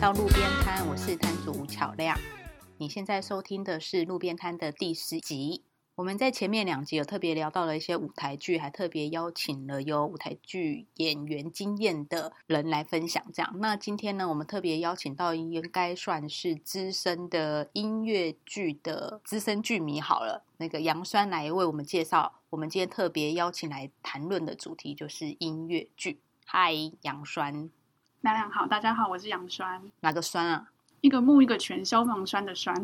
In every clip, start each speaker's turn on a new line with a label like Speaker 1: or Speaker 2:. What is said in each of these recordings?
Speaker 1: 到路边摊，我是摊主吴巧亮。你现在收听的是路边摊的第十集。我们在前面两集有特别聊到了一些舞台剧，还特别邀请了有舞台剧演员经验的人来分享。这样，那今天呢，我们特别邀请到应该算是资深的音乐剧的资深剧迷好了，那个杨酸来为我们介绍。我们今天特别邀请来谈论的主题就是音乐剧。嗨，杨酸，
Speaker 2: 亮亮好，大家好，我是杨栓，
Speaker 1: 哪个酸啊？
Speaker 2: 一个木一个全，消防栓的栓。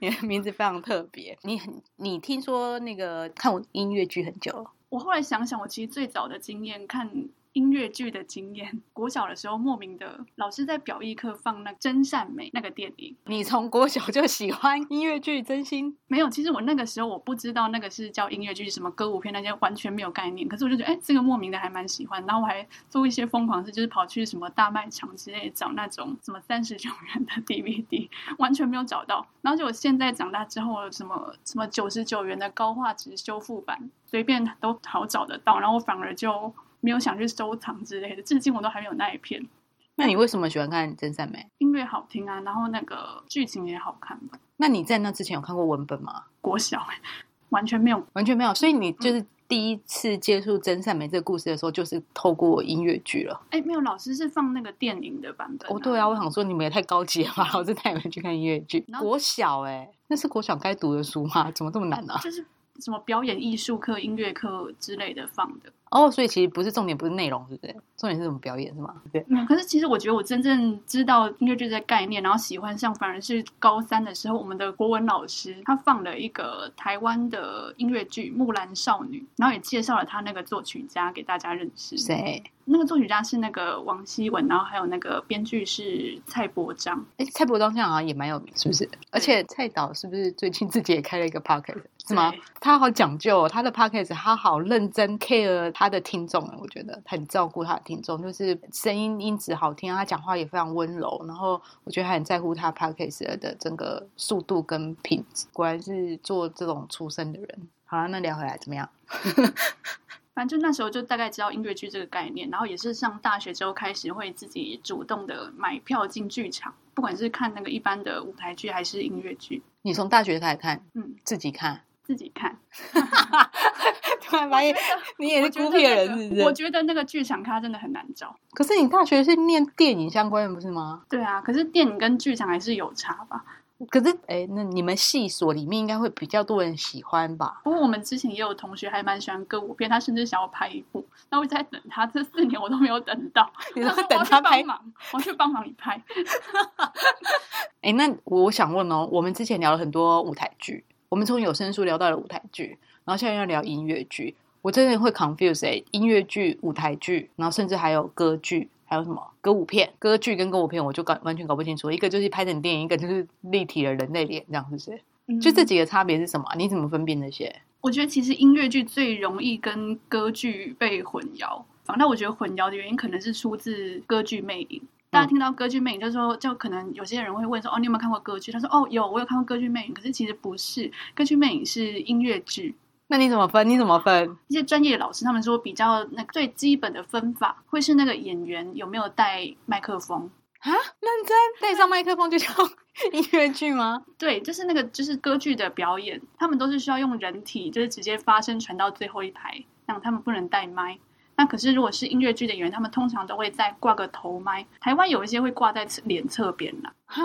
Speaker 1: 你的 名字非常特别。你很，你听说那个看我音乐剧很久了，
Speaker 2: 我后来想想，我其实最早的经验看音乐剧的经验，国小的时候莫名的老师在表艺课放那《真善美》那个电影，
Speaker 1: 你从国小就喜欢音乐剧，真心
Speaker 2: 没有，其实我那个时候我不知道那个是叫音乐剧，什么歌舞片那些完全没有概念，可是我就觉得哎、这个莫名的还蛮喜欢，然后我还做一些疯狂的事，就是跑去什么大卖场之类找那种什么三十九元的 DVD，完 全没有找到。然后就我现在长大之后，什么什么九十九元的高画质修复版，随便都好找得到。然后我反而就没有想去收藏之类的，至今我都还没有那一片。
Speaker 1: 那你为什么喜欢看《真善美》？
Speaker 2: 音乐好听啊，然后那个剧情也好看吧。
Speaker 1: 那你在那之前有看过文本吗？
Speaker 2: 国小 完全没有，
Speaker 1: 完全没有，所以你
Speaker 2: 嗯
Speaker 1: 就是第一次接触《真善美》这个故事的时候，就是透过音乐剧了。
Speaker 2: 哎，没有，老师是放那个电影的版本、
Speaker 1: 哦，对啊，我想说你们也太高级了吧，老师带你们去看音乐剧。
Speaker 2: 然后
Speaker 1: 国小哎、那是国小该读的书吗？怎么这么难呢、啊？
Speaker 2: 就是什么表演艺术课、音乐课之类的放的。
Speaker 1: 哦，所以其实不是重点，不是内容，是不是？重点是怎么表演是吗？对。
Speaker 2: 嗯，可是其实我觉得我真正知道音乐剧这个概念，然后喜欢上，反而是高三的时候，我们的国文老师他放了一个台湾的音乐剧《木兰少女》，然后也介绍了他那个作曲家给大家认识。
Speaker 1: 谁？
Speaker 2: 那个作曲家是那个王希文，然后还有那个编剧是蔡伯章。
Speaker 1: 哎，蔡伯章这样好像也蛮有名，是不是？而且蔡导是不是最近自己也开了一个 p o c k e t 是吗
Speaker 2: 对？
Speaker 1: 他好讲究、哦，他的 p o c k e t 他好认真 care 他的听众哦，我觉得他很照顾他的听众，就是声音音质好听，啊他讲话也非常温柔，然后我觉得他很在乎他 p o c k e t 的整个速度跟品质，果然是做这种出身的人。好了，那聊回来怎么样？
Speaker 2: 反正就那时候就大概知道音乐剧这个概念，然后也是上大学之后开始会自己主动的买票进剧场，不管是看那个一般的舞台剧还是音乐剧，
Speaker 1: 你从大学开始看，
Speaker 2: 嗯，
Speaker 1: 自己 看，
Speaker 2: 自己看。
Speaker 1: 突然发现你 也
Speaker 2: 我
Speaker 1: 是
Speaker 2: 觉得
Speaker 1: 孤僻的
Speaker 2: 那
Speaker 1: 人，
Speaker 2: 个
Speaker 1: 是不是？
Speaker 2: 我觉得那个剧场咖真的很难找。
Speaker 1: 可是你大学是念电影相关的，不是吗？
Speaker 2: 对啊，可是电影跟剧场还是有差吧。
Speaker 1: 可是，哎，那你们系所里面应该会比较多人喜欢吧？
Speaker 2: 不过我们之前也有同学还蛮喜欢歌舞片，他甚至想要拍一部，那我一直在等他，这四年我都没有等到。
Speaker 1: 你
Speaker 2: 我
Speaker 1: 都
Speaker 2: 说
Speaker 1: 等他
Speaker 2: 我要去
Speaker 1: 拍
Speaker 2: 帮？忙，我去帮忙你拍。
Speaker 1: 哎，那我想问哦，我们之前聊了很多舞台剧，我们从有声书聊到了舞台剧，然后现在要聊音乐剧，我真的会 confuse 哎，音乐剧、舞台剧，然后甚至还有歌剧。还有什么歌舞片、歌剧跟歌舞片，我就搞完全搞不清楚。一个就是拍成电影，一个就是立体的人类脸，这样是不是？
Speaker 2: 嗯
Speaker 1: 就这几个差别是什么啊？你怎么分辨那些？
Speaker 2: 我觉得其实音乐剧最容易跟歌剧被混淆。反正我觉得混淆的原因可能是出自歌剧魅影。大家听到歌剧魅影，就说就可能有些人会问说，哦，你有没有看过歌剧？他说，哦，有，我有看过歌剧魅影。可是其实不是，歌剧魅影是音乐剧。
Speaker 1: 那你怎么分？你怎么 分？
Speaker 2: 一些专业的老师他们说，比较那个最基本的分法会是那个演员有没有带麦克风。
Speaker 1: 啊，认真带上麦克风就叫 音乐剧吗？
Speaker 2: 对，就是那个就是歌剧的表演，他们都是需要用人体，就是直接发声传到最后一排，那他们不能带麦。那可是如果是音乐剧的演员，他们通常都会再挂个头麦，台湾有一些会挂在侧脸侧边啦。
Speaker 1: 啊，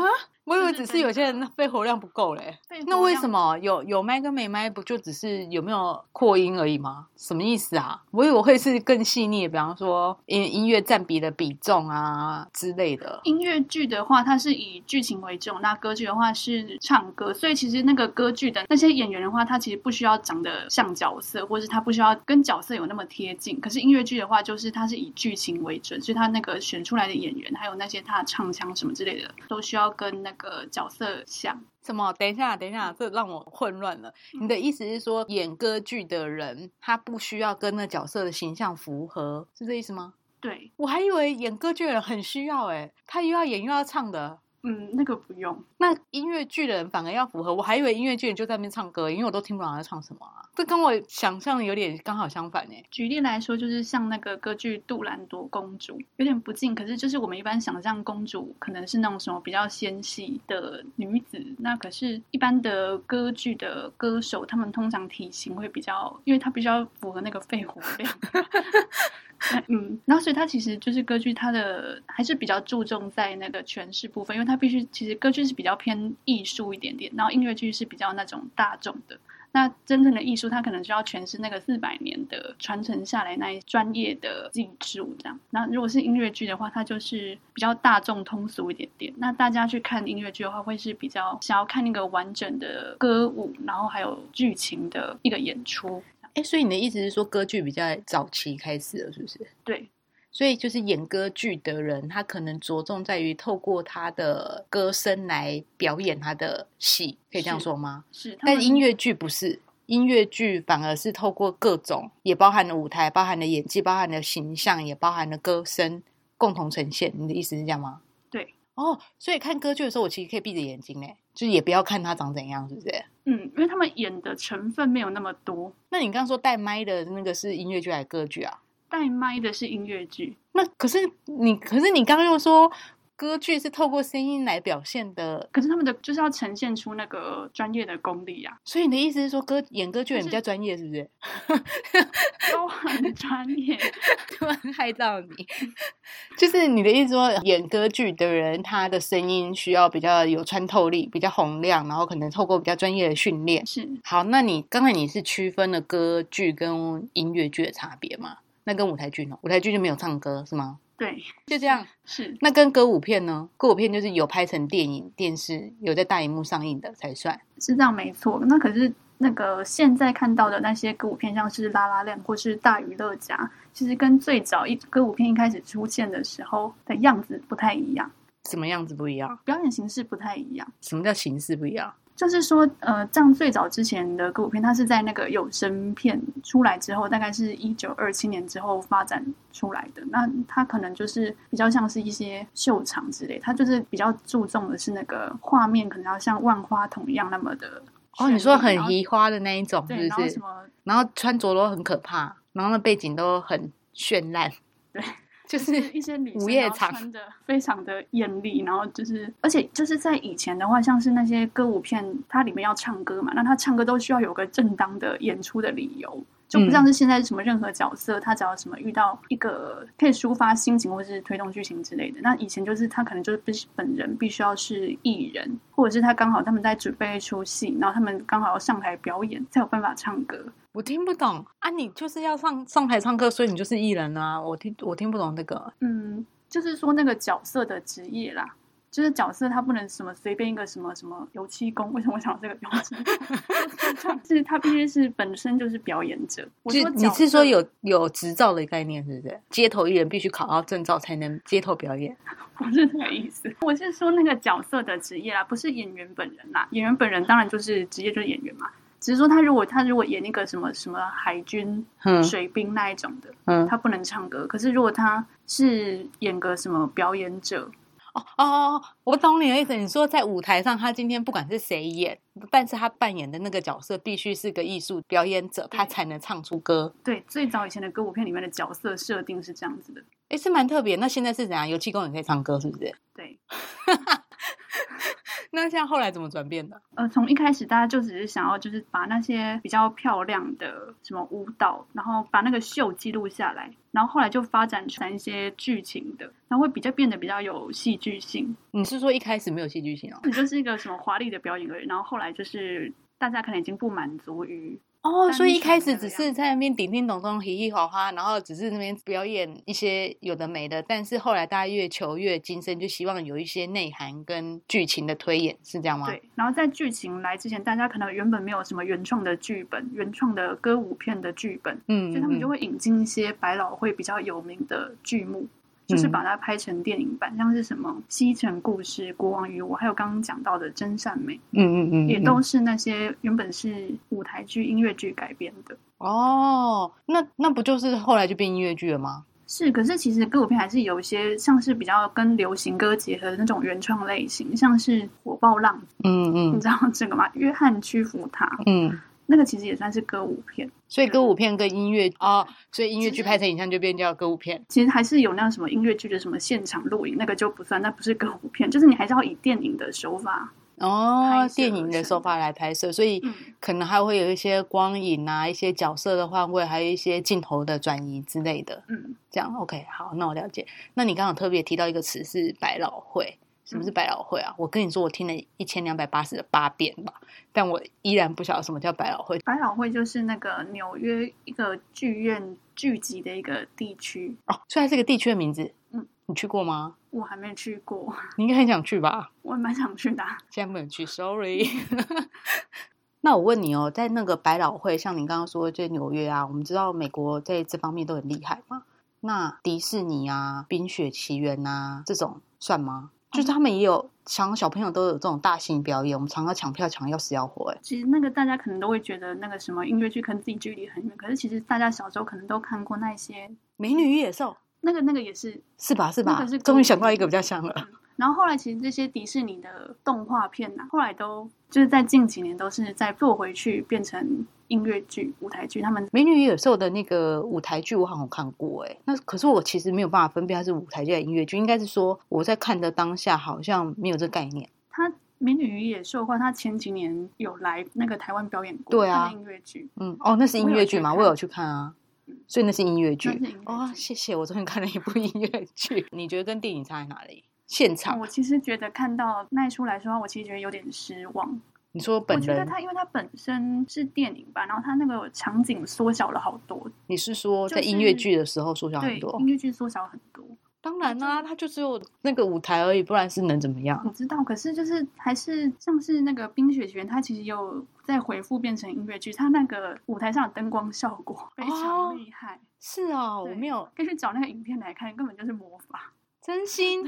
Speaker 1: 我以为只
Speaker 2: 这是
Speaker 1: 是有
Speaker 2: 真
Speaker 1: 些
Speaker 2: 的
Speaker 1: 人肺活量不够嘞。
Speaker 2: 肺
Speaker 1: 那
Speaker 2: 活
Speaker 1: 为
Speaker 2: 量
Speaker 1: 什？么有有麦跟没麦不就只是有没有扩音而已吗？什么意思啊？我以为会是更细腻的，比方说音音乐占比的比重啊之类的。
Speaker 2: 音乐剧的话，它是以剧情为重；那歌剧的话是唱歌，所以其实那个歌剧的那些演员的话，他其实不需要长得像角色，或是他不需要跟角色有那么贴近。可是音乐剧的话，就是它是以剧情为准，所以他那个选出来的演员，还有那些他的唱腔什么之类的，都需要跟那个角色像。
Speaker 1: 什么？等一下，等一下，这让我混乱了。你的意思是说，演歌剧的人他不需要跟那角色的形象符合，是这意思吗？
Speaker 2: 对，
Speaker 1: 欸我还以为演歌剧的人很需要哎、他又要演又要唱的，
Speaker 2: 嗯，那个不用。
Speaker 1: 那音乐剧的人反而要符合，我还以为音乐剧人就在那边唱歌，因为我都听不懂他在唱什么啊。这跟我想象有点刚好相反哎、
Speaker 2: 举例来说，就是像那个歌剧《杜兰朵公主》，有点不近，可是就是我们一般想象公主可能是那种什么比较纤细的女子，那可是一般的歌剧的歌手，他们通常体型会比较，因为他必须要符合那个肺活量。 嗯，然后所以它其实就是歌剧，它的还是比较注重在那个诠释部分，因为它必须其实歌剧是比较偏艺术一点点，然后音乐剧是比较那种大众的。那真正的艺术，它可能就要诠释那个四百年的传承下来那一专业的技术这样。那如果是音乐剧的话，它就是比较大众通俗一点点。那大家去看音乐剧的话，会是比较想要看那个完整的歌舞，然后还有剧情的一个演出。
Speaker 1: 哎、所以你的意思是说歌剧比较早期开始了，是不是？
Speaker 2: 对，
Speaker 1: 所以就是演歌剧的人，他可能着重在于透过他的歌声来表演他的戏，可以这样
Speaker 2: 是
Speaker 1: 说吗？
Speaker 2: 是。他
Speaker 1: 但
Speaker 2: 们
Speaker 1: 音乐剧不是，音乐剧反而是透过各种，也包含了舞台，包含了演技，包含了形象，也包含了歌声，共同呈现。你的意思是这样吗？
Speaker 2: 对。
Speaker 1: 哦，所以看歌剧的时候，我其实可以闭着眼睛嘞，就是也不要看他长怎样，是不是？
Speaker 2: 嗯，因为他们演的成分没有那么多，
Speaker 1: 那你刚刚说带麦的那个是音乐剧还是歌剧啊？
Speaker 2: 带麦的是音乐剧。
Speaker 1: 那可是你，可是你刚刚又说歌剧是透过声音来表现的，
Speaker 2: 可是他们的就是要呈现出那个专业的功力啊，
Speaker 1: 所以你的意思是说歌演歌剧人
Speaker 2: 就
Speaker 1: 比
Speaker 2: 是
Speaker 1: 较专业，是不是？
Speaker 2: 都很专业。
Speaker 1: 突然 害到你，就是你的意思说，演歌剧的人他的声音需要比较有穿透力，比较洪亮，然后可能透过比较专业的训练。
Speaker 2: 是，
Speaker 1: 好，那你刚才你是区分了歌剧跟音乐剧的差别嘛？那跟舞台剧呢？舞台剧就没有唱歌是吗？
Speaker 2: 对，
Speaker 1: 就这样。
Speaker 2: 是
Speaker 1: 那跟歌舞片呢？歌舞片就是有拍成电影、电视，有在大荧幕上映的才算。
Speaker 2: 是这样没错。那可是那个现在看到的那些歌舞片，像是《拉拉链》或是《大娱乐家》，其实跟最早一歌舞片一开始出现的时候的样子不太一样，
Speaker 1: 什么样子不一样？
Speaker 2: 表演形式不太一样。
Speaker 1: 什么叫形式不一样？
Speaker 2: 就是说，呃，像最早之前的歌舞片，它是在那个有声片出来之后，大概是一九二七年之后发展出来的。那它可能就是比较像是一些秀场之类，它就是比较注重的是那个画面，可能要像万花筒一样那么的绚
Speaker 1: 哦，
Speaker 2: 丽。
Speaker 1: 你说
Speaker 2: 然
Speaker 1: 很
Speaker 2: 后
Speaker 1: 移花的那一种，
Speaker 2: 对，
Speaker 1: 是
Speaker 2: 然
Speaker 1: 不
Speaker 2: 后
Speaker 1: 是？
Speaker 2: 什么
Speaker 1: 然后穿着都很可怕，然后那背景都很绚烂，
Speaker 2: 对，
Speaker 1: 就是
Speaker 2: 一些女
Speaker 1: 午
Speaker 2: 生
Speaker 1: 夜
Speaker 2: 然后
Speaker 1: 场
Speaker 2: 穿的非常的艳丽，然后就是，而且就是在以前的话，像是那些歌舞片，它里面要唱歌嘛，那他唱歌都需要有个正当的演出的理由，就不像
Speaker 1: 嗯
Speaker 2: 是现在什么任何角色，他只要什么遇到一个可以抒发心情或是推动剧情之类的，那以前就是他可能就是必须本人必须要是艺人，或者是他刚好他们在准备一出戏，然后他们刚好要上台表演，才有办法唱歌。
Speaker 1: 我听不懂啊！你就是要上上台唱歌，所以你就是艺人啊！我听我听不懂这个，
Speaker 2: 嗯，就是说那个角色的职业啦，就是角色他不能什么随便一个什么什么油漆工，为什么我想到这个油漆工？ 就是他必须是本身就是表演者。我
Speaker 1: 就
Speaker 2: 说
Speaker 1: 你
Speaker 2: 角
Speaker 1: 是
Speaker 2: 色
Speaker 1: 说有有执照的概念，是不是？街头艺人必须考到证照才能街头表演。
Speaker 2: 不是这个意思，我是说那个角色的职业啦，不是演员本人啦。演员本人当然就是职业就是演员嘛，只是说他如果他如果演那个什么什么海军
Speaker 1: 嗯
Speaker 2: 水兵那一种的，
Speaker 1: 嗯，
Speaker 2: 他不能唱歌。可是如果他是演个什么表演者，
Speaker 1: 哦哦哦，我懂你的意思。你说在舞台上，他今天不管是谁演，但是他扮演的那个角色必须是个艺术表演者，他才能唱出歌。
Speaker 2: 对，最早以前的歌舞片里面的角色设定是这样子的。
Speaker 1: 诶，是蛮特别。那现在是怎样？油漆工也可以唱歌，是不是？
Speaker 2: 对，
Speaker 1: 那像后来怎么转变的？
Speaker 2: 呃，从一开始大家就只是想要，就是把那些比较漂亮的什么舞蹈，然后把那个秀记录下来，然后后来就发展成一些剧情的，然后会比较变得比较有戏剧性，
Speaker 1: 你是说一开始没有戏剧性哦？
Speaker 2: 这就是一个什么华丽的表演而已。然后后来就是大家可能已经不满足于，
Speaker 1: 哦，
Speaker 2: 单
Speaker 1: 所以一
Speaker 2: 纯
Speaker 1: 开
Speaker 2: 的
Speaker 1: 始
Speaker 2: 那
Speaker 1: 只
Speaker 2: 个
Speaker 1: 是
Speaker 2: 样
Speaker 1: 在那边叮叮咚咚、嘻嘻哈哈，然后只是那边表演一些有的没的，但是后来大家越求越精深，就希望有一些内涵跟剧情的推演，是这样吗？
Speaker 2: 对，然后在剧情来之前，大家可能原本没有什么原创的剧本、原创的歌舞片的剧本，
Speaker 1: 嗯，
Speaker 2: 所以他们就
Speaker 1: 嗯
Speaker 2: 会引进一些百老汇比较有名的剧目，
Speaker 1: 嗯
Speaker 2: 就是把它拍成电影版，像是什么《西城故事》《国王与我》，还有刚刚讲到的《真善美
Speaker 1: 嗯嗯嗯，》，
Speaker 2: 也
Speaker 1: 嗯
Speaker 2: 都是那些原本是舞台剧、音乐剧改编的。
Speaker 1: 哦，那那不就是后来就变音乐剧了吗？
Speaker 2: 是，可是其实歌舞片还是有一些像是比较跟流行歌结合的那种原创类型，像是《火爆浪》，
Speaker 1: 嗯
Speaker 2: 你
Speaker 1: 嗯
Speaker 2: 知道这个吗？约翰屈服他，
Speaker 1: 嗯，
Speaker 2: 那个其实也算是歌舞片，
Speaker 1: 所以歌
Speaker 2: 啊
Speaker 1: 舞片跟音乐哦，所以音乐剧拍成影像就变叫歌舞片。
Speaker 2: 其实还是有那种什么音乐剧的什么现场录影，那个就不算，那不是歌舞片，就是你还是要以电影的手法，
Speaker 1: 哦
Speaker 2: 拍，摄
Speaker 1: 电影的
Speaker 2: 成
Speaker 1: 手法来拍摄，所以
Speaker 2: 嗯
Speaker 1: 可能还会有一些光影啊，一些角色的换位，还有一些镜头的转移之类的。
Speaker 2: 嗯，
Speaker 1: 这样 OK，好，那我了解。那你刚刚有特别提到一个词是百老汇，什么是
Speaker 2: 嗯
Speaker 1: 百老汇啊？我跟你说，我听了一千两百八十八遍吧，但我依然不晓得什么叫百老汇。
Speaker 2: 百老汇就是那个纽约一个剧院聚集的一个地区，
Speaker 1: 哦，所以它是个地区的名字。
Speaker 2: 嗯，
Speaker 1: 你去过吗？
Speaker 2: 我还没去过，
Speaker 1: 你应该很想去吧？
Speaker 2: 我也蛮想去的啊、
Speaker 1: 现在不能去，sorry。那我问你哦，在那个百老汇，像你刚刚说，就纽约啊，我们知道美国在这方面都很厉害嘛。那迪士尼啊，《冰雪奇缘》啊，这种算吗？就是他们也有，像小朋友都有这种大型表演，我们常常抢票抢得要死要活、欸。
Speaker 2: 其实那个大家可能都会觉得那个什么音乐剧跟自己距离很远，可是其实大家小时候可能都看过那些，
Speaker 1: 美女与野兽
Speaker 2: 那个那个也是。
Speaker 1: 是吧？是
Speaker 2: 那
Speaker 1: 吧
Speaker 2: 个是？
Speaker 1: 终于
Speaker 2: 歌
Speaker 1: 想
Speaker 2: 舞
Speaker 1: 到一个
Speaker 2: 片
Speaker 1: 比较像了。
Speaker 2: 然后后来其实这些迪士尼的动画片呐、后来都就是在近几年都是在做回去变成音乐剧、舞台剧，他们
Speaker 1: 美女与野兽的那个舞台剧，我好像有看过哎、那可是我其实没有办法分辨它是舞台剧还是音乐剧，应该是说我在看的当下好像没有这概念。
Speaker 2: 他《美女与野兽》的话，他前几年有来那个台湾表演过，
Speaker 1: 对啊
Speaker 2: 他的音乐剧，
Speaker 1: 嗯，哦，那是
Speaker 2: 我
Speaker 1: 音
Speaker 2: 有
Speaker 1: 乐
Speaker 2: 去
Speaker 1: 剧吗？我
Speaker 2: 看
Speaker 1: 有去看啊，所以那是音乐
Speaker 2: 那是
Speaker 1: 剧。
Speaker 2: 音乐
Speaker 1: 哦，
Speaker 2: 剧。
Speaker 1: 谢谢，我终于看了一部音乐 剧。你觉得跟电影差在哪里？现场，
Speaker 2: 我其实觉得看到那一出来说，我其实觉得有点失望。
Speaker 1: 你说本
Speaker 2: 我觉得
Speaker 1: 人，
Speaker 2: 它，因为它本身是电影吧，然后它那个场景缩小了好多，
Speaker 1: 你是说
Speaker 2: 就
Speaker 1: 在音乐
Speaker 2: 是
Speaker 1: 剧的时候缩小很
Speaker 2: 对，
Speaker 1: 多
Speaker 2: 音？乐剧缩小很多。
Speaker 1: 当然啦、它就只有那个舞台而已，不然是能怎么样？
Speaker 2: 我知道，可是就是还是像是那个《冰雪奇缘》，它其实有在回复变成音乐剧，它那个舞台上的灯光效果 非
Speaker 1: 哦
Speaker 2: 常厉害，
Speaker 1: 是啊，我
Speaker 2: 对
Speaker 1: 没有
Speaker 2: 可以去找那个影片来看，根本就是魔法。
Speaker 1: 真 心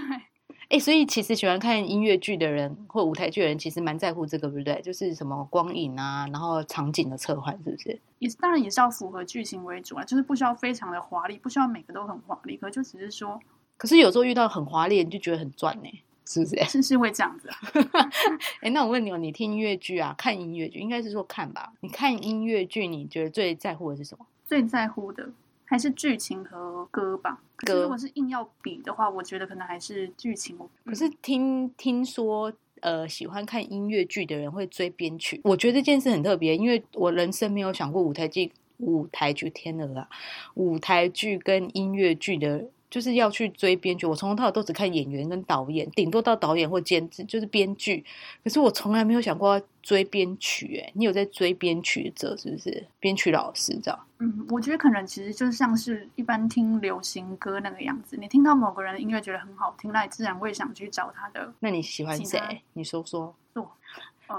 Speaker 2: 对，
Speaker 1: 哎、所以其实喜欢看音乐剧的人或舞台剧的人，其实蛮在乎这个，对不对？就是什么光影啊，然后场景的策换，是不是？
Speaker 2: 也是当然也是要符合剧情为主啊，就是不需要非常的华丽，不需要每个都很华丽，可就只是说，
Speaker 1: 可是有时候遇到很华丽，你就觉得很赚呢、是不是？
Speaker 2: 是是会这样子、啊。
Speaker 1: 哎，那我问你哦，你听音乐剧啊，看音乐剧，应该是说看吧？你看音乐剧，你觉得最在乎的是什么？
Speaker 2: 最在乎的还是剧情和歌吧。可是
Speaker 1: 歌
Speaker 2: 如果是硬要比的话，我觉得可能还是剧情。哦
Speaker 1: 可是听听说，呃，喜欢看音乐剧的人会追编曲，我觉得这件事很特别，因为我人生没有想过舞台剧、舞台剧天鹅啊，舞台剧跟音乐剧的。就是要去追编剧，我从头到尾都只看演员跟导演，顶多到导演或监制，就是编剧。可是我从来没有想过要追编曲、欸，你有在追编曲者是不是？编曲老师这样。
Speaker 2: 嗯，我觉得可能其实就像是一般听流行歌那个样子，你听到某个人的音乐觉得很好听，那你自然会想去找他的。
Speaker 1: 那你喜欢
Speaker 2: 其他
Speaker 1: 谁？你说说
Speaker 2: 我。哦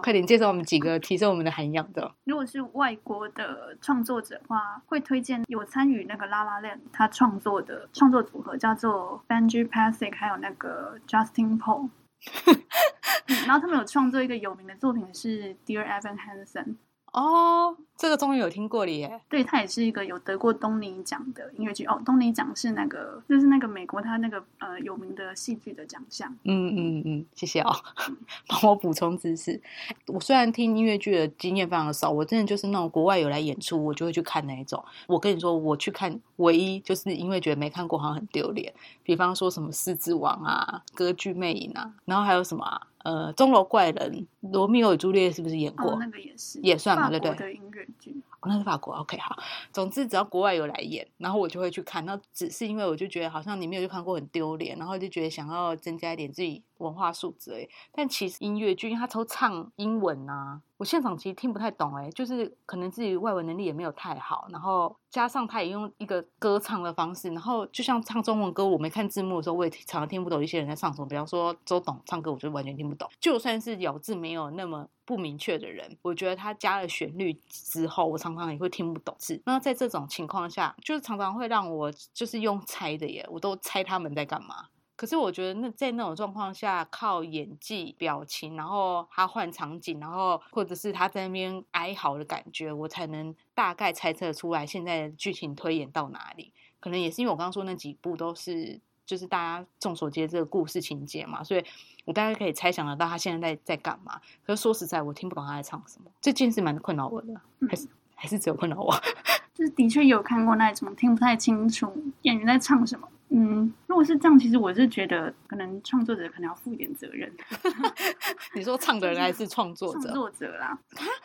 Speaker 1: 快点介绍我们几个提升我们的涵养的。
Speaker 2: 如果是外国的创作者的话，会推荐有参与那个拉拉链他创作的创作组合叫做 Benji Pasek，还有那个 Justin Paul。嗯然后他们有创作一个有名的作品是 Dear Evan Hansen，
Speaker 1: 哦，这个终于有听过了耶！
Speaker 2: 对他也是一个有得过东尼奖的音乐剧哦，东尼奖是那个就是那个美国他那个呃有名的戏剧的奖项。
Speaker 1: 嗯嗯嗯，谢谢哦， 帮我补充知识。我虽然听音乐剧的经验非常的少，我真的就是那种国外有来演出，我就会去看那一种。我跟你说，我去看唯一就是因为觉得没看过，好像很丢脸。比方说什么《狮子王》啊，《歌剧魅影》啊，然后还有什么啊？呃，《钟楼怪人》《罗密欧与朱丽叶》是不是演过？
Speaker 2: 哦，那个也是，
Speaker 1: 也算嘛
Speaker 2: 法
Speaker 1: 对不
Speaker 2: 国
Speaker 1: 对
Speaker 2: 的音乐剧，
Speaker 1: 哦，那是法国，OK，好。总之，只要国外有来演，然后我就会去看。那只是因为我就觉得好像你没有去看过很丢脸，然后就觉得想要增加一点自己文化素质而已。但其实音乐剧，因为它都唱英文啊，我现场其实听不太懂哎、就是可能自己外文能力也没有太好，然后加上他也用一个歌唱的方式，然后就像唱中文歌，我没看字幕的时候，我也常常听不懂一些人在唱什么。比方说周董唱歌，我就完全听不懂。就算是咬字没有那么不明确的人，我觉得他加了旋律之后，我常常也会听不懂字。那在这种情况下，就是常常会让我就是用猜的耶，我都猜他们在干嘛。可是我觉得那在那种状况下，靠演技、表情，然后他换场景，然后或者是他在那边哀嚎的感觉，我才能大概猜测出来现在的剧情推演到哪里。可能也是因为我刚刚说那几部都是就是大家众所皆知的故事情节嘛，所以我大概可以猜想得到他现在在在干嘛。可是说实在，我听不懂他在唱什么，这件事蛮困扰我的，还是还是只有困扰我。
Speaker 2: 就是的确有看过那种听不太清楚演员在唱什么。嗯，如果是这样，其实我是觉得可能创作者可能要负一点责任，
Speaker 1: 你说唱的人还是创作
Speaker 2: 创
Speaker 1: 者？
Speaker 2: 作者啦，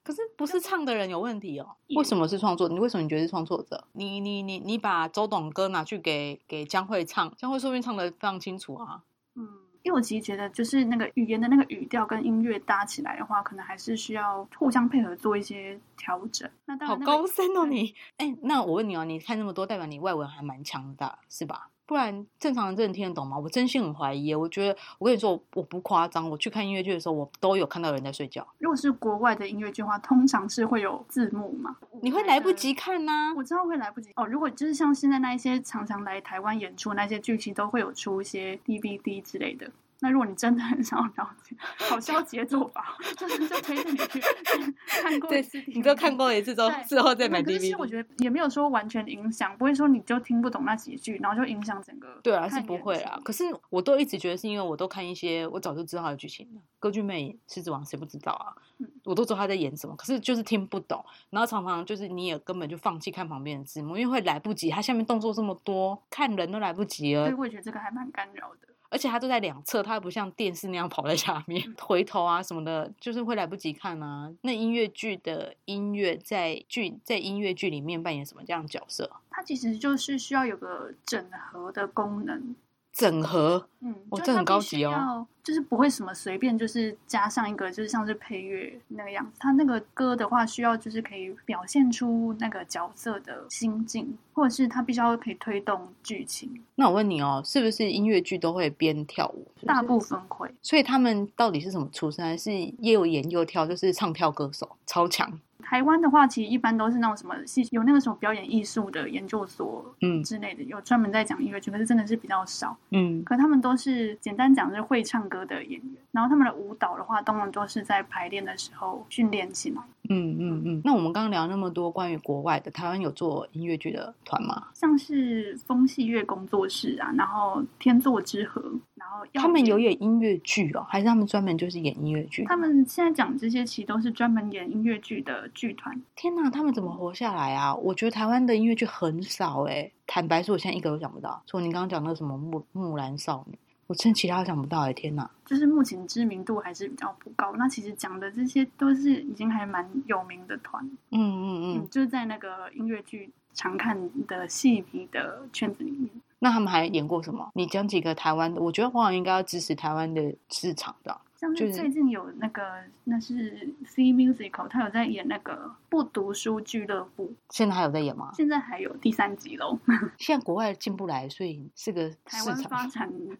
Speaker 1: 可是不是唱的人有问题哦？
Speaker 2: 也
Speaker 1: 为什么是创作？你为什么你觉得是创作者？你你你你把周董歌拿去给给江蕙唱，江蕙说不定唱的非常清楚啊。
Speaker 2: 嗯，因为我其实觉得，就是那个语言的那个语调跟音乐搭起来的话，可能还是需要互相配合做一些调整。那当
Speaker 1: 好
Speaker 2: 然、
Speaker 1: 高深哦
Speaker 2: 对
Speaker 1: 你！哎、那我问你哦，你看那么多，代表你外文还蛮强的，啊是吧？不然正常人真的听得懂吗？我真心很怀疑耶。我觉得，我跟你说，我我不夸张，我去看音乐剧的时候，我都有看到有人在睡觉。
Speaker 2: 如果是国外的音乐剧的话，通常是会有字幕嘛？
Speaker 1: 你会来不及看呐、
Speaker 2: 我知道会来不及哦。如果就是像现在那一些常常来台湾演出那些剧集，都会有出一些 DVD 之类的。那如果你真的很想要了解，好消极的做法， 就是就推荐你去 看过一
Speaker 1: 对
Speaker 2: 次 DVD。
Speaker 1: 你都看过一次之后
Speaker 2: 对，
Speaker 1: 之后再买
Speaker 2: 可是其实我
Speaker 1: DVD。
Speaker 2: 觉得也没有说完全影响，不会说你就听不懂那几句，然后就影响整个。
Speaker 1: 对啊，是不会啦。。可是我都一直觉得是因为我都看一些我早就知道的剧情了，《歌剧魅影》《狮子王》谁不知道啊
Speaker 2: 嗯？
Speaker 1: 我都知道他在演什么，可是就是听不懂。然后常常就是你也根本就放弃看旁边的字幕，因为会来不及，他下面动作这么多，看人都来不及了
Speaker 2: 所以。我也觉得这个还蛮干扰的。
Speaker 1: 而且它都在两侧，它不像电视那样跑在下面，回头啊什么的，就是会来不及看啊。那音乐剧的音乐在剧在音乐剧里面扮演什么这样的角色？
Speaker 2: 它其实就是需要有个整合的功能。
Speaker 1: 整合
Speaker 2: 嗯，
Speaker 1: 哦
Speaker 2: 就是
Speaker 1: 这很
Speaker 2: 它必
Speaker 1: 高
Speaker 2: 须
Speaker 1: 级哦
Speaker 2: 要，就是不会什么随便就是加上一个，就是像是配乐那个样子。它那个歌的话，需要就是可以表现出那个角色的心境，或者是它必须要可以推动剧情。
Speaker 1: 那我问你哦，是不是音乐剧都会边跳舞？是不
Speaker 2: 大
Speaker 1: 是
Speaker 2: 部分会，
Speaker 1: 所以他们到底是什么出身？还是又演又跳，就是唱跳歌手，超强。
Speaker 2: 台湾的话，其实一般都是那种什么戏，有那个什么表演艺术的研究所
Speaker 1: 嗯
Speaker 2: 之类的，有专门在讲音乐剧，可是真的是比较少。
Speaker 1: 嗯，
Speaker 2: 可他们都是简单讲，就是会唱歌的演员。然后他们的舞蹈的话，当然都是在排练的时候训练起来。
Speaker 1: 嗯嗯嗯。那我们刚刚聊那么多关于国外的，台湾有做音乐剧的团吗？
Speaker 2: 像是风戏乐工作室啊，然后天作之合，然后耀
Speaker 1: 他们
Speaker 2: 眼
Speaker 1: 有演音乐剧哦，还是他们专门就是演音乐剧？
Speaker 2: 他们现在讲这些，其实都是专门演音乐剧的剧团。
Speaker 1: 天呐，他们怎么活下来啊？我觉得台湾的音乐剧很少哎、坦白说，我现在一个都想不到。除了你刚刚讲那个什么木木兰少女，我真的其他都想不到哎、天呐，
Speaker 2: 就是目前知名度还是比较不高，那其实讲的这些都是已经还蛮有名的团，
Speaker 1: 嗯嗯
Speaker 2: 嗯
Speaker 1: 嗯，，
Speaker 2: 就是在那个音乐剧常看的戏迷的圈子里面。
Speaker 1: 那他们还演过什么？你讲几个台湾的？我觉得黄洋应该要支持台湾的市场的。
Speaker 2: 像
Speaker 1: 就是
Speaker 2: 是最近有那个那是 C Musical，他有在演那个不读书俱乐部，
Speaker 1: 现在还有在演吗？
Speaker 2: 现在还有第三 集喽。
Speaker 1: 现在国外进不来，所以是个
Speaker 2: 台
Speaker 1: 市
Speaker 2: 湾发
Speaker 1: 场
Speaker 2: 展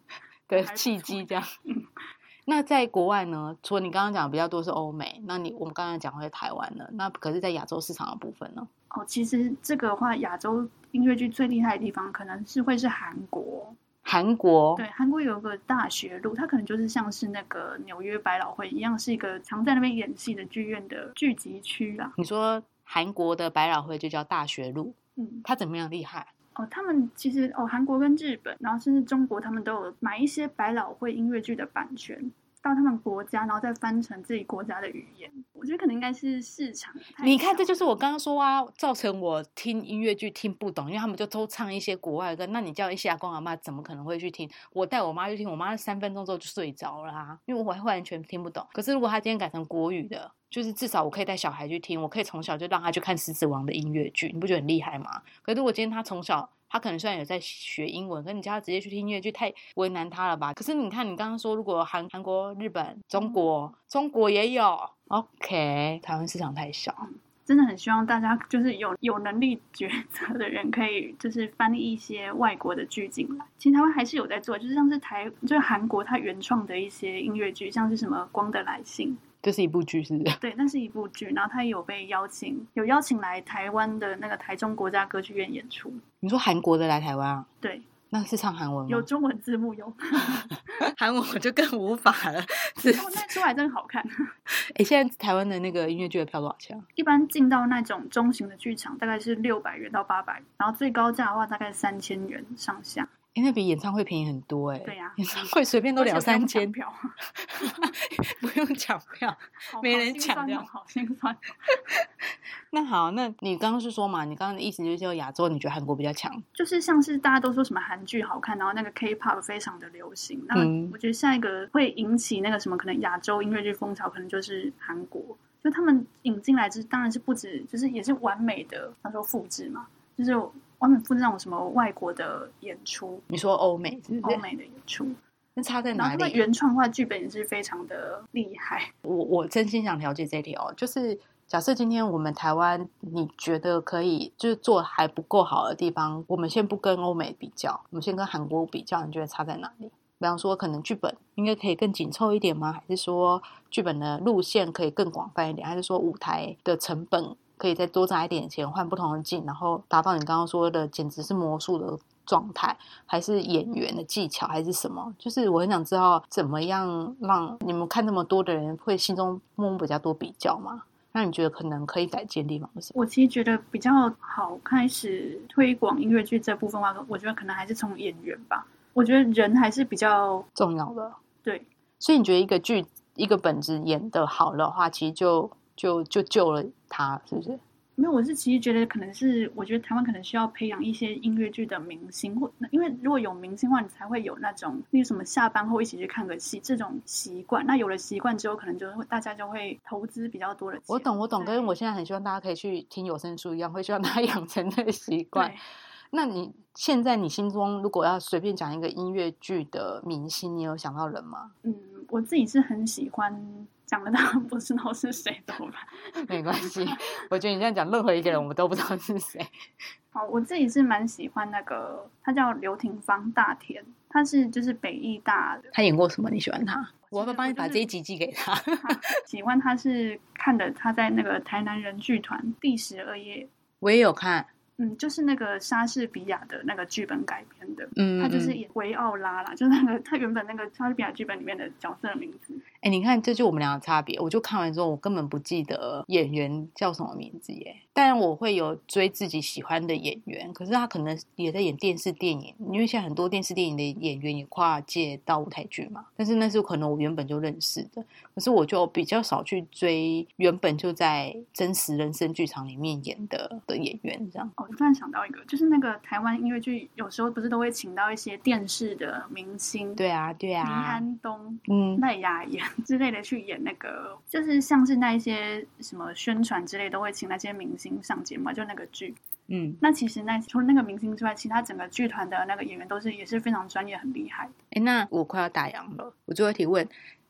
Speaker 1: 的
Speaker 2: 还不
Speaker 1: 契
Speaker 2: 错
Speaker 1: 机这样
Speaker 2: 嗯。
Speaker 1: 那在国外呢？除了你刚刚讲比较多是欧美，那你我们刚才讲回台湾了，那可是在亚洲市场的部分呢？
Speaker 2: 哦，其实这个的话，亚洲音乐剧最厉害的地方可能是会是韩国。
Speaker 1: 韩国
Speaker 2: 对，韩国有一个大学路，它可能就是像是那个纽约百老汇一样，是一个常在那边演戏的剧院的聚集区啦。
Speaker 1: 你说韩国的百老汇就叫大学路，
Speaker 2: 嗯，
Speaker 1: 它怎么样厉害？
Speaker 2: 哦，他们其实哦，韩国跟日本，然后甚至中国，他们都有买一些百老汇音乐剧的版权。到他们国家，然后再翻成自己国家的语言，我觉得可能应该是市场太小。
Speaker 1: 你看，这就是我刚刚说啊，造成我听音乐剧听不懂，因为他们就都唱一些国外的歌。那你叫一些阿公阿妈，怎么可能会去听？我带我妈去听，我妈三分钟之后就睡着了、啊，因为我完全听不懂。可是如果她今天改成国语的，就是至少我可以带小孩去听，我可以从小就让他去看《狮子王》的音乐剧，你不觉得很厉害吗？可是如果今天他从小他可能虽然有在学英文，可你叫他直接去听音乐剧，太为难他了吧？可是你看，你刚刚说，如果韩韩国、日本、
Speaker 2: 嗯
Speaker 1: 中国，中国也有，OK，台湾市场太小。
Speaker 2: 真的很希望大家就是有有能力抉择的人，可以就是翻译一些外国的剧进来。其实台湾还是有在做，就是像是台就是韩国它原创的一些音乐剧，像是什么《光的来信》，
Speaker 1: 这是一部剧，是不 是？
Speaker 2: 对，那是一部剧，然后它也有被邀请，有邀请来台湾的那个台中国家歌剧院演出。
Speaker 1: 你说韩国的来台湾啊？
Speaker 2: 对，
Speaker 1: 那是唱韩文吗？
Speaker 2: 有中文字幕 有，
Speaker 1: 韩文我就更无法了。 是，
Speaker 2: 哦那出来真好看。
Speaker 1: 哎、现在台湾的那个音乐剧的票多少钱啊？
Speaker 2: 一般进到那种中型的剧场，大概是六百元到八百，然后最高价的话大概三千元上下，
Speaker 1: 哎、那比演唱会便宜很多哎、
Speaker 2: 对呀
Speaker 1: 演唱会随便都
Speaker 2: 而且
Speaker 1: 两
Speaker 2: 不用
Speaker 1: 三
Speaker 2: 抢
Speaker 1: 千，
Speaker 2: 票，
Speaker 1: 不用抢票。
Speaker 2: 好
Speaker 1: 没
Speaker 2: 好
Speaker 1: 人
Speaker 2: 心
Speaker 1: 抢
Speaker 2: 酸
Speaker 1: 这
Speaker 2: 哦
Speaker 1: 样
Speaker 2: 好心酸。
Speaker 1: 那好，那你刚刚是说嘛，你刚刚的意思就是说亚洲你觉得韩国比较强？
Speaker 2: 就是像是大家都说什么韩剧好看，然后那个 K-pop 非常的流行。那
Speaker 1: 嗯
Speaker 2: 我觉得下一个会引起那个什么，可能亚洲音乐剧风潮，可能就是韩国。就他们引进来之，当然是不止，就是也是完美的，他说复制嘛，就是完美复制那种什么外国的演出，
Speaker 1: 你说欧美是不
Speaker 2: 欧
Speaker 1: 是？
Speaker 2: 美的演出。
Speaker 1: 那差在
Speaker 2: 然
Speaker 1: 哪
Speaker 2: 后他们
Speaker 1: 里？
Speaker 2: 原创化剧本也是非常的厉害。
Speaker 1: 我我真心想了解这一题哦，就是假设今天我们台湾，你觉得可以就是做还不够好的地方，我们先不跟欧美比较，我们先跟韩国比较，你觉得差在哪里？比方说，可能剧本应该可以更紧凑一点吗？还是说剧本的路线可以更广泛一点？还是说舞台的成本可以再多砸一点钱，换不同的景，然后达到你刚刚说的简直是魔术的状态？还是演员的技巧，还是什么？就是我很想知道，怎么样让你们看那么多的人会心中默默比较多比较吗？那你觉得可能可以改进的地方是什么？
Speaker 2: 我其实觉得比较好开始推广音乐剧这部分的话，我觉得可能还是从演员吧。我觉得人还是比较
Speaker 1: 重要的。
Speaker 2: 对，
Speaker 1: 所以你觉得一个剧一个本子演的好的话，其实就就就救了他，是不是？
Speaker 2: 没有，我是其实觉得可能是，我觉得台湾可能需要培养一些音乐剧的明星，或因为如果有明星的话，你才会有那种，例如什么下班后一起去看个戏这种习惯。那有了习惯之后，可能就会大家就会投资比较多的钱。
Speaker 1: 我懂，我懂，
Speaker 2: 对
Speaker 1: 跟我现在很希望大家可以去听有声书一样，会希望大家 养成这个习惯
Speaker 2: 对。，
Speaker 1: 那你现在你心中如果要随便讲一个音乐剧的明星，你有想到人吗？
Speaker 2: 嗯，我自己是很喜欢。讲的当然不知道是谁的吧。
Speaker 1: 没关系， 我觉得你这样讲，任何一个人我们都不知道是谁。
Speaker 2: 好，哦我自己是蛮喜欢那个，他叫刘廷芳，大田，他是就是北艺大的，
Speaker 1: 他演过什么？你喜欢他？我
Speaker 2: 我
Speaker 1: 要不要帮你
Speaker 2: 就
Speaker 1: 把
Speaker 2: 是
Speaker 1: 这一集寄给他？
Speaker 2: 喜欢他是看的他在那个台南人剧团第十二页
Speaker 1: 我也有看，
Speaker 2: 嗯，就是那个莎士比亚的那个剧本改编的，
Speaker 1: 嗯，
Speaker 2: 他就是
Speaker 1: 嗯
Speaker 2: 演维奥拉啦，就是那个他原本那个莎士比亚剧本里面的角色的名字。
Speaker 1: 哎、你看，这就我们俩的差别。我就看完之后，我根本不记得演员叫什么名字耶。当然，我会有追自己喜欢的演员，可是他可能也在演电视电影，因为现在很多电视电影的演员也跨界到舞台剧嘛。但是那是可能我原本就认识的，可是我就比较少去追原本就在真实人生剧场里面演的的演员这样。
Speaker 2: 哦，我突然想到一个，就是那个台湾音乐剧有时候不是都会请到一些电视的明星，
Speaker 1: 对啊，对
Speaker 2: 倪
Speaker 1: 啊，
Speaker 2: 安东、
Speaker 1: 嗯，
Speaker 2: 赖雅妍之类的去演那个，就是像是那一些什么宣传之类都会请那些明星上节目，就那个剧。
Speaker 1: 嗯。
Speaker 2: 那其实那除了那个明星之外，其他整个剧团的那个演员都是也是非常专业、很厉害的。
Speaker 1: 哎，那我快要打烊了，我最后一题问：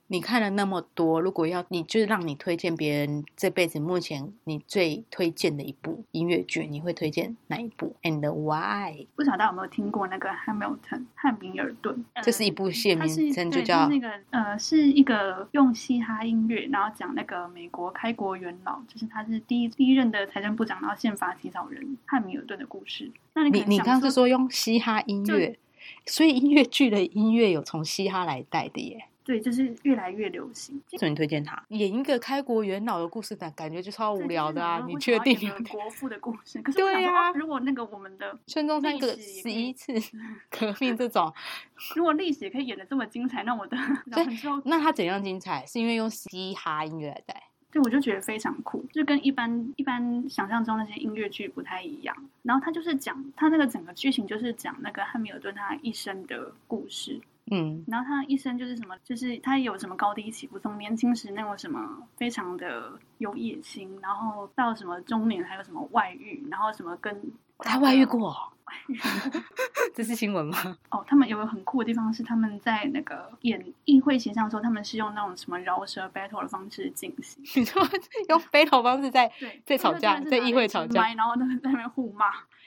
Speaker 1: 你看了那么多，如果要你就是让你推荐别人这辈子目前你最推荐的一部音乐剧，你会推荐哪一部？And why？
Speaker 2: 不晓得大家有没有听过那个 Hamilton 汉密尔顿？呃
Speaker 1: 这是一部戏的
Speaker 2: 它是
Speaker 1: 名称就
Speaker 2: 对
Speaker 1: 叫
Speaker 2: 它是那个呃，是一个用嘻哈音乐，然后讲那个美国开国元老，就是他是第一第一任的财政部长，然后宪法起草人汉密尔顿的故事。那你可
Speaker 1: 你
Speaker 2: 能
Speaker 1: 你
Speaker 2: 想
Speaker 1: 刚刚是说用嘻哈音
Speaker 2: 就
Speaker 1: 乐，所以音乐剧的音乐有从嘻哈来带的耶。
Speaker 2: 对，就是越来越流行。
Speaker 1: 为什么你推荐他演一个开国元老的故事感？感觉就超无
Speaker 2: 对
Speaker 1: 聊
Speaker 2: 就是
Speaker 1: 的啊！
Speaker 2: 如
Speaker 1: 你
Speaker 2: 果想
Speaker 1: 确
Speaker 2: 要
Speaker 1: 定
Speaker 2: 演
Speaker 1: 吗？
Speaker 2: 个国父的故事？可是我
Speaker 1: 对
Speaker 2: 想说
Speaker 1: 啊
Speaker 2: 哦如果那个我们的，
Speaker 1: 孙中山
Speaker 2: 历
Speaker 1: 个
Speaker 2: 史也
Speaker 1: 十
Speaker 2: 可
Speaker 1: 一
Speaker 2: 以
Speaker 1: 次革命这种，
Speaker 2: 如果历史也可以演的这么精彩，那 我的
Speaker 1: 对嗯
Speaker 2: 我们之后
Speaker 1: 那他怎样精彩？是因为用嘻哈音乐来带？
Speaker 2: 对，我就觉得非常酷，就跟一般一般想象中那些音乐剧不太一样。然后他就是讲他那个整个剧情就是讲那个汉密尔顿他一生的故事，
Speaker 1: 嗯，
Speaker 2: 然后他一生就是什么，就是他有什么高低起伏，从年轻时那种什么非常的有野心，然后到什么中年还有什么外遇，然后什么跟
Speaker 1: 他外遇过哦， 这是新闻吗？
Speaker 2: 哦，他们有个很酷的地方是，他们在那个演议会协商的时候，他们是用那种什么饶舌 battle 的方式进 行。
Speaker 1: 你说用 battle 方式在，
Speaker 2: 对，
Speaker 1: 在吵架
Speaker 2: 他们
Speaker 1: 在
Speaker 2: 真的是拿了
Speaker 1: 议会
Speaker 2: 一支
Speaker 1: 吵架
Speaker 2: 麦然后在那边互骂。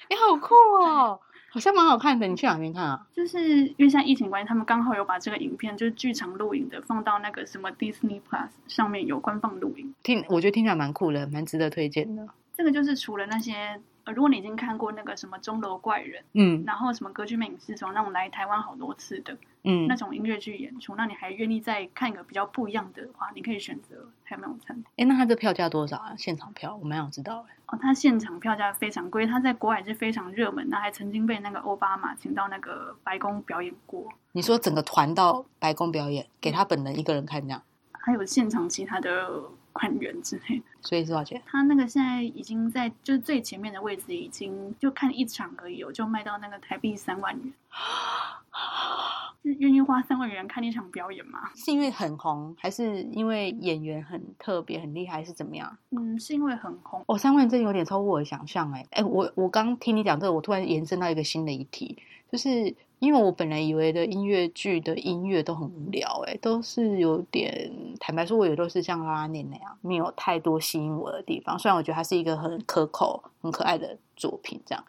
Speaker 1: 哎、好酷哦，好像蛮好看的。你去哪边看啊？
Speaker 2: 就是因为现在疫情关系，他们刚好有把这个影片，就是剧场录影的，放到那个什么 Disney Plus 上面有官方录影。
Speaker 1: 听，我觉得听起来蛮酷的，蛮值得推荐的。
Speaker 2: 这个就是除了那些呃如果你已经看过那个什么《钟楼怪人》，
Speaker 1: 嗯
Speaker 2: 然后什么《歌剧魅影四重》那种来台湾好多次的那
Speaker 1: 嗯，
Speaker 2: 种音乐剧演出，那你还愿意再看一个比较不一样的话，你可以选择台湾晚餐。
Speaker 1: 哎，那它的票价多少啊？现场票，我蛮想知道哎。
Speaker 2: 哦，它现场票价非常贵，它在国外也是非常热门，那还曾经被那个奥巴马请到那个白宫表演过，
Speaker 1: 你说整个团到白宫表演，给他本人一个人看这样，
Speaker 2: 还有现场其他的款员之类的。
Speaker 1: 所以是多少钱？
Speaker 2: 他那个现在已经在就是最前面的位置，已经就看一场而已哦，就卖到那个台币三万元。是愿意花三万元看一场表演吗？
Speaker 1: 是因为很红，还是因为演员很特别、很厉害，还是怎么样？
Speaker 2: 嗯，是因为很红，
Speaker 1: 哦，三万真的有点超乎我的想象哎哎，我我刚听你讲这个，我突然延伸到一个新的议题，就是因为我本来以为的音乐剧的音乐都很无聊哎，都是有点坦白说，我也都是像拉拉链那样，没有太多吸引我的地方。虽然我觉得它是一个很可口、很可爱的作品这样，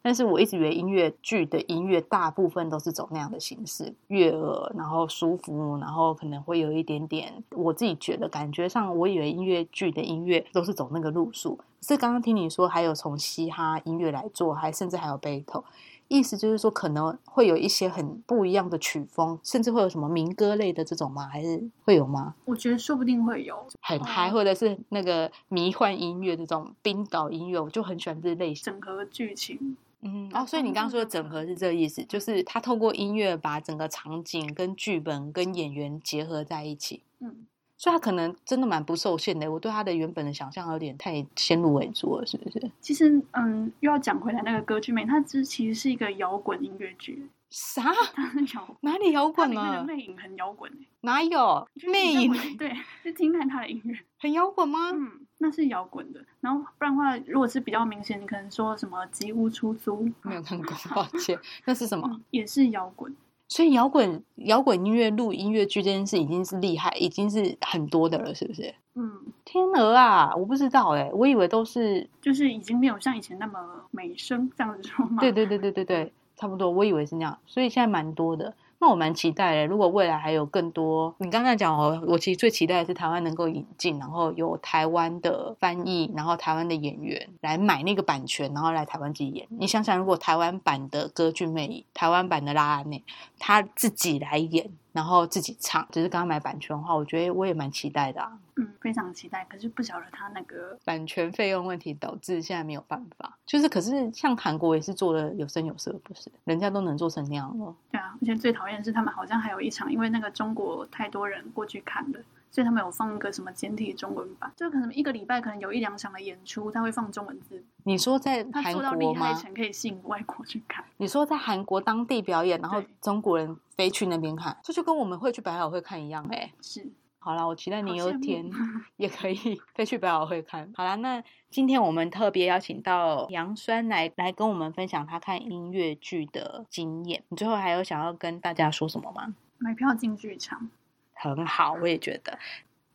Speaker 1: 但是我一直以为音乐剧的音乐大部分都是走那样的形式，悦耳，然后舒服，然后可能会有一点点，我自己觉得感觉上，我以为音乐剧的音乐都是走那个路数。可是刚刚听你说，还有从嘻哈音乐来做，还甚至还有 battle，意思就是说可能会有一些很不一样的曲风，甚至会有什么民歌类的这种吗？还是会有吗？
Speaker 2: 我觉得说不定会有
Speaker 1: 很
Speaker 2: 哦
Speaker 1: 嗨，或者是那个迷幻音乐这种冰岛音乐，我就很喜欢这类型。
Speaker 2: 整合剧情。
Speaker 1: 嗯，
Speaker 2: 啊
Speaker 1: 哦，所以你
Speaker 2: 通
Speaker 1: 刚刚
Speaker 2: 常
Speaker 1: 说的
Speaker 2: 都
Speaker 1: 整
Speaker 2: 是
Speaker 1: 合是这个意思，就是他透过音乐把整个场景、跟剧本、跟演员结合在一起，
Speaker 2: 嗯，
Speaker 1: 所以他可能真的蛮不受限的。我对他的原本的想象有点太先入为主了，是不是？
Speaker 2: 其实嗯，又要讲回来那个歌剧魅，它其实其实是一个摇滚音乐剧，
Speaker 1: 啥？
Speaker 2: 它很摇滚，
Speaker 1: 哪里摇
Speaker 2: 它
Speaker 1: 滚
Speaker 2: 里面的
Speaker 1: 了？
Speaker 2: 魅影很摇滚欸
Speaker 1: 哪有
Speaker 2: 就是
Speaker 1: 魅
Speaker 2: 你认
Speaker 1: 影
Speaker 2: 为对，就听看它的音乐。
Speaker 1: 很摇滚吗？
Speaker 2: 嗯，那是摇滚的。然后不然的话，如果是比较明显，你可能说什么吉屋出租，
Speaker 1: 没 有看过，抱歉。那是什么？
Speaker 2: 嗯，也是摇滚。
Speaker 1: 所以摇滚摇滚音乐录音乐剧这件事已经是厉害，已经是很多的了，是不是？
Speaker 2: 嗯，
Speaker 1: 天鹅啊，我不知道哎、我以为都是
Speaker 2: 就是已经没有像以前那么美声这样子说嘛。
Speaker 1: 对对对对对对，差不多，我以为是那样，所以现在蛮多的。那我蛮期待的，如果未来还有更多，你刚才讲哦，我其实最期待的是台湾能够引进，然后有台湾的翻译，然后台湾的演员来买那个版权，然后来台湾自己演。你想想，如果台湾版的《歌剧魅影》、台湾版的《拉拉内》，他自己来演，然后自己唱，只是刚刚买版权的话，我觉得我也蛮期待的啊。
Speaker 2: 嗯，非常期待。可是不晓得他那个，
Speaker 1: 版权费用问题导致现在没有办法，就是可是像韩国也是做的有声有色，不是人家都能做成那样了。
Speaker 2: 对啊，而且最讨厌的是他们好像还有一场，因为那个中国太多人过去看了。所以他们有放一个什么简体中文版，就可能一个礼拜可能有一两场的演出，他会放中文字，
Speaker 1: 你说在
Speaker 2: 他
Speaker 1: 韩
Speaker 2: 做到
Speaker 1: 国
Speaker 2: 厉害
Speaker 1: 吗？
Speaker 2: 成可以吸引外国去看。
Speaker 1: 你说在韩国当地表演，然后
Speaker 2: 对
Speaker 1: 中国人飞去那边看，这就跟我们会去百老汇看一样哎、
Speaker 2: 是，
Speaker 1: 好啦，我期待
Speaker 2: 好
Speaker 1: 你有
Speaker 2: 羡
Speaker 1: 一
Speaker 2: 慕
Speaker 1: 天也可以 飞去百老汇看。好啦，那今天我们特别邀请到杨酸来来跟我们分享他看音乐剧的经验。你最后还有想要跟大家说什么吗？
Speaker 2: 买票进剧场。
Speaker 1: 很好，我也觉得。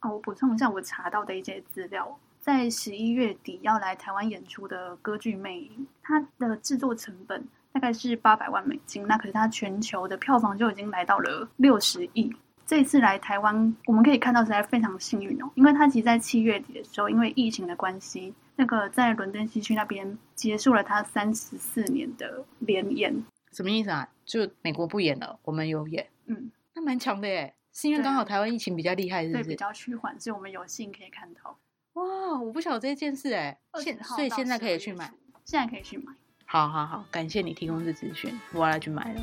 Speaker 2: 哦，我补充一下我查到的一些资料，在十一月底要来台湾演出的歌剧《魅影》，它的制作成本大概是八百万美金，那可是它全球的票房就已经来到了六十亿。这次来台湾，我们可以看到实在非常幸运哦，因为它其实在七月底的时候，因为疫情的关系，那个在伦敦西区那边结束了它三十四年的联演。
Speaker 1: 什么意思啊？就美国不演了，我们有演，
Speaker 2: 嗯，
Speaker 1: 那蛮强的耶。是因为
Speaker 2: 对
Speaker 1: 刚
Speaker 2: 啊
Speaker 1: 好台湾疫情比较厉害，是
Speaker 2: 对，
Speaker 1: 不
Speaker 2: 比
Speaker 1: 是？
Speaker 2: 较趋缓，所以我们有幸可以看到。
Speaker 1: 哇，我不晓得这件事哎，现
Speaker 2: 20号
Speaker 1: 所以
Speaker 2: 到
Speaker 1: 现在可以
Speaker 2: 12
Speaker 1: 去
Speaker 2: 月
Speaker 1: 买
Speaker 2: 初。，嗯现在可以去买。
Speaker 1: 好好好，感谢你提供这资讯，我要去买了。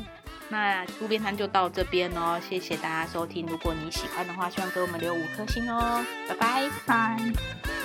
Speaker 1: 那路边摊就到这边哦，谢谢大家收听。如果你喜欢的话，希望给我们留五颗星哦，拜拜。
Speaker 2: 拜。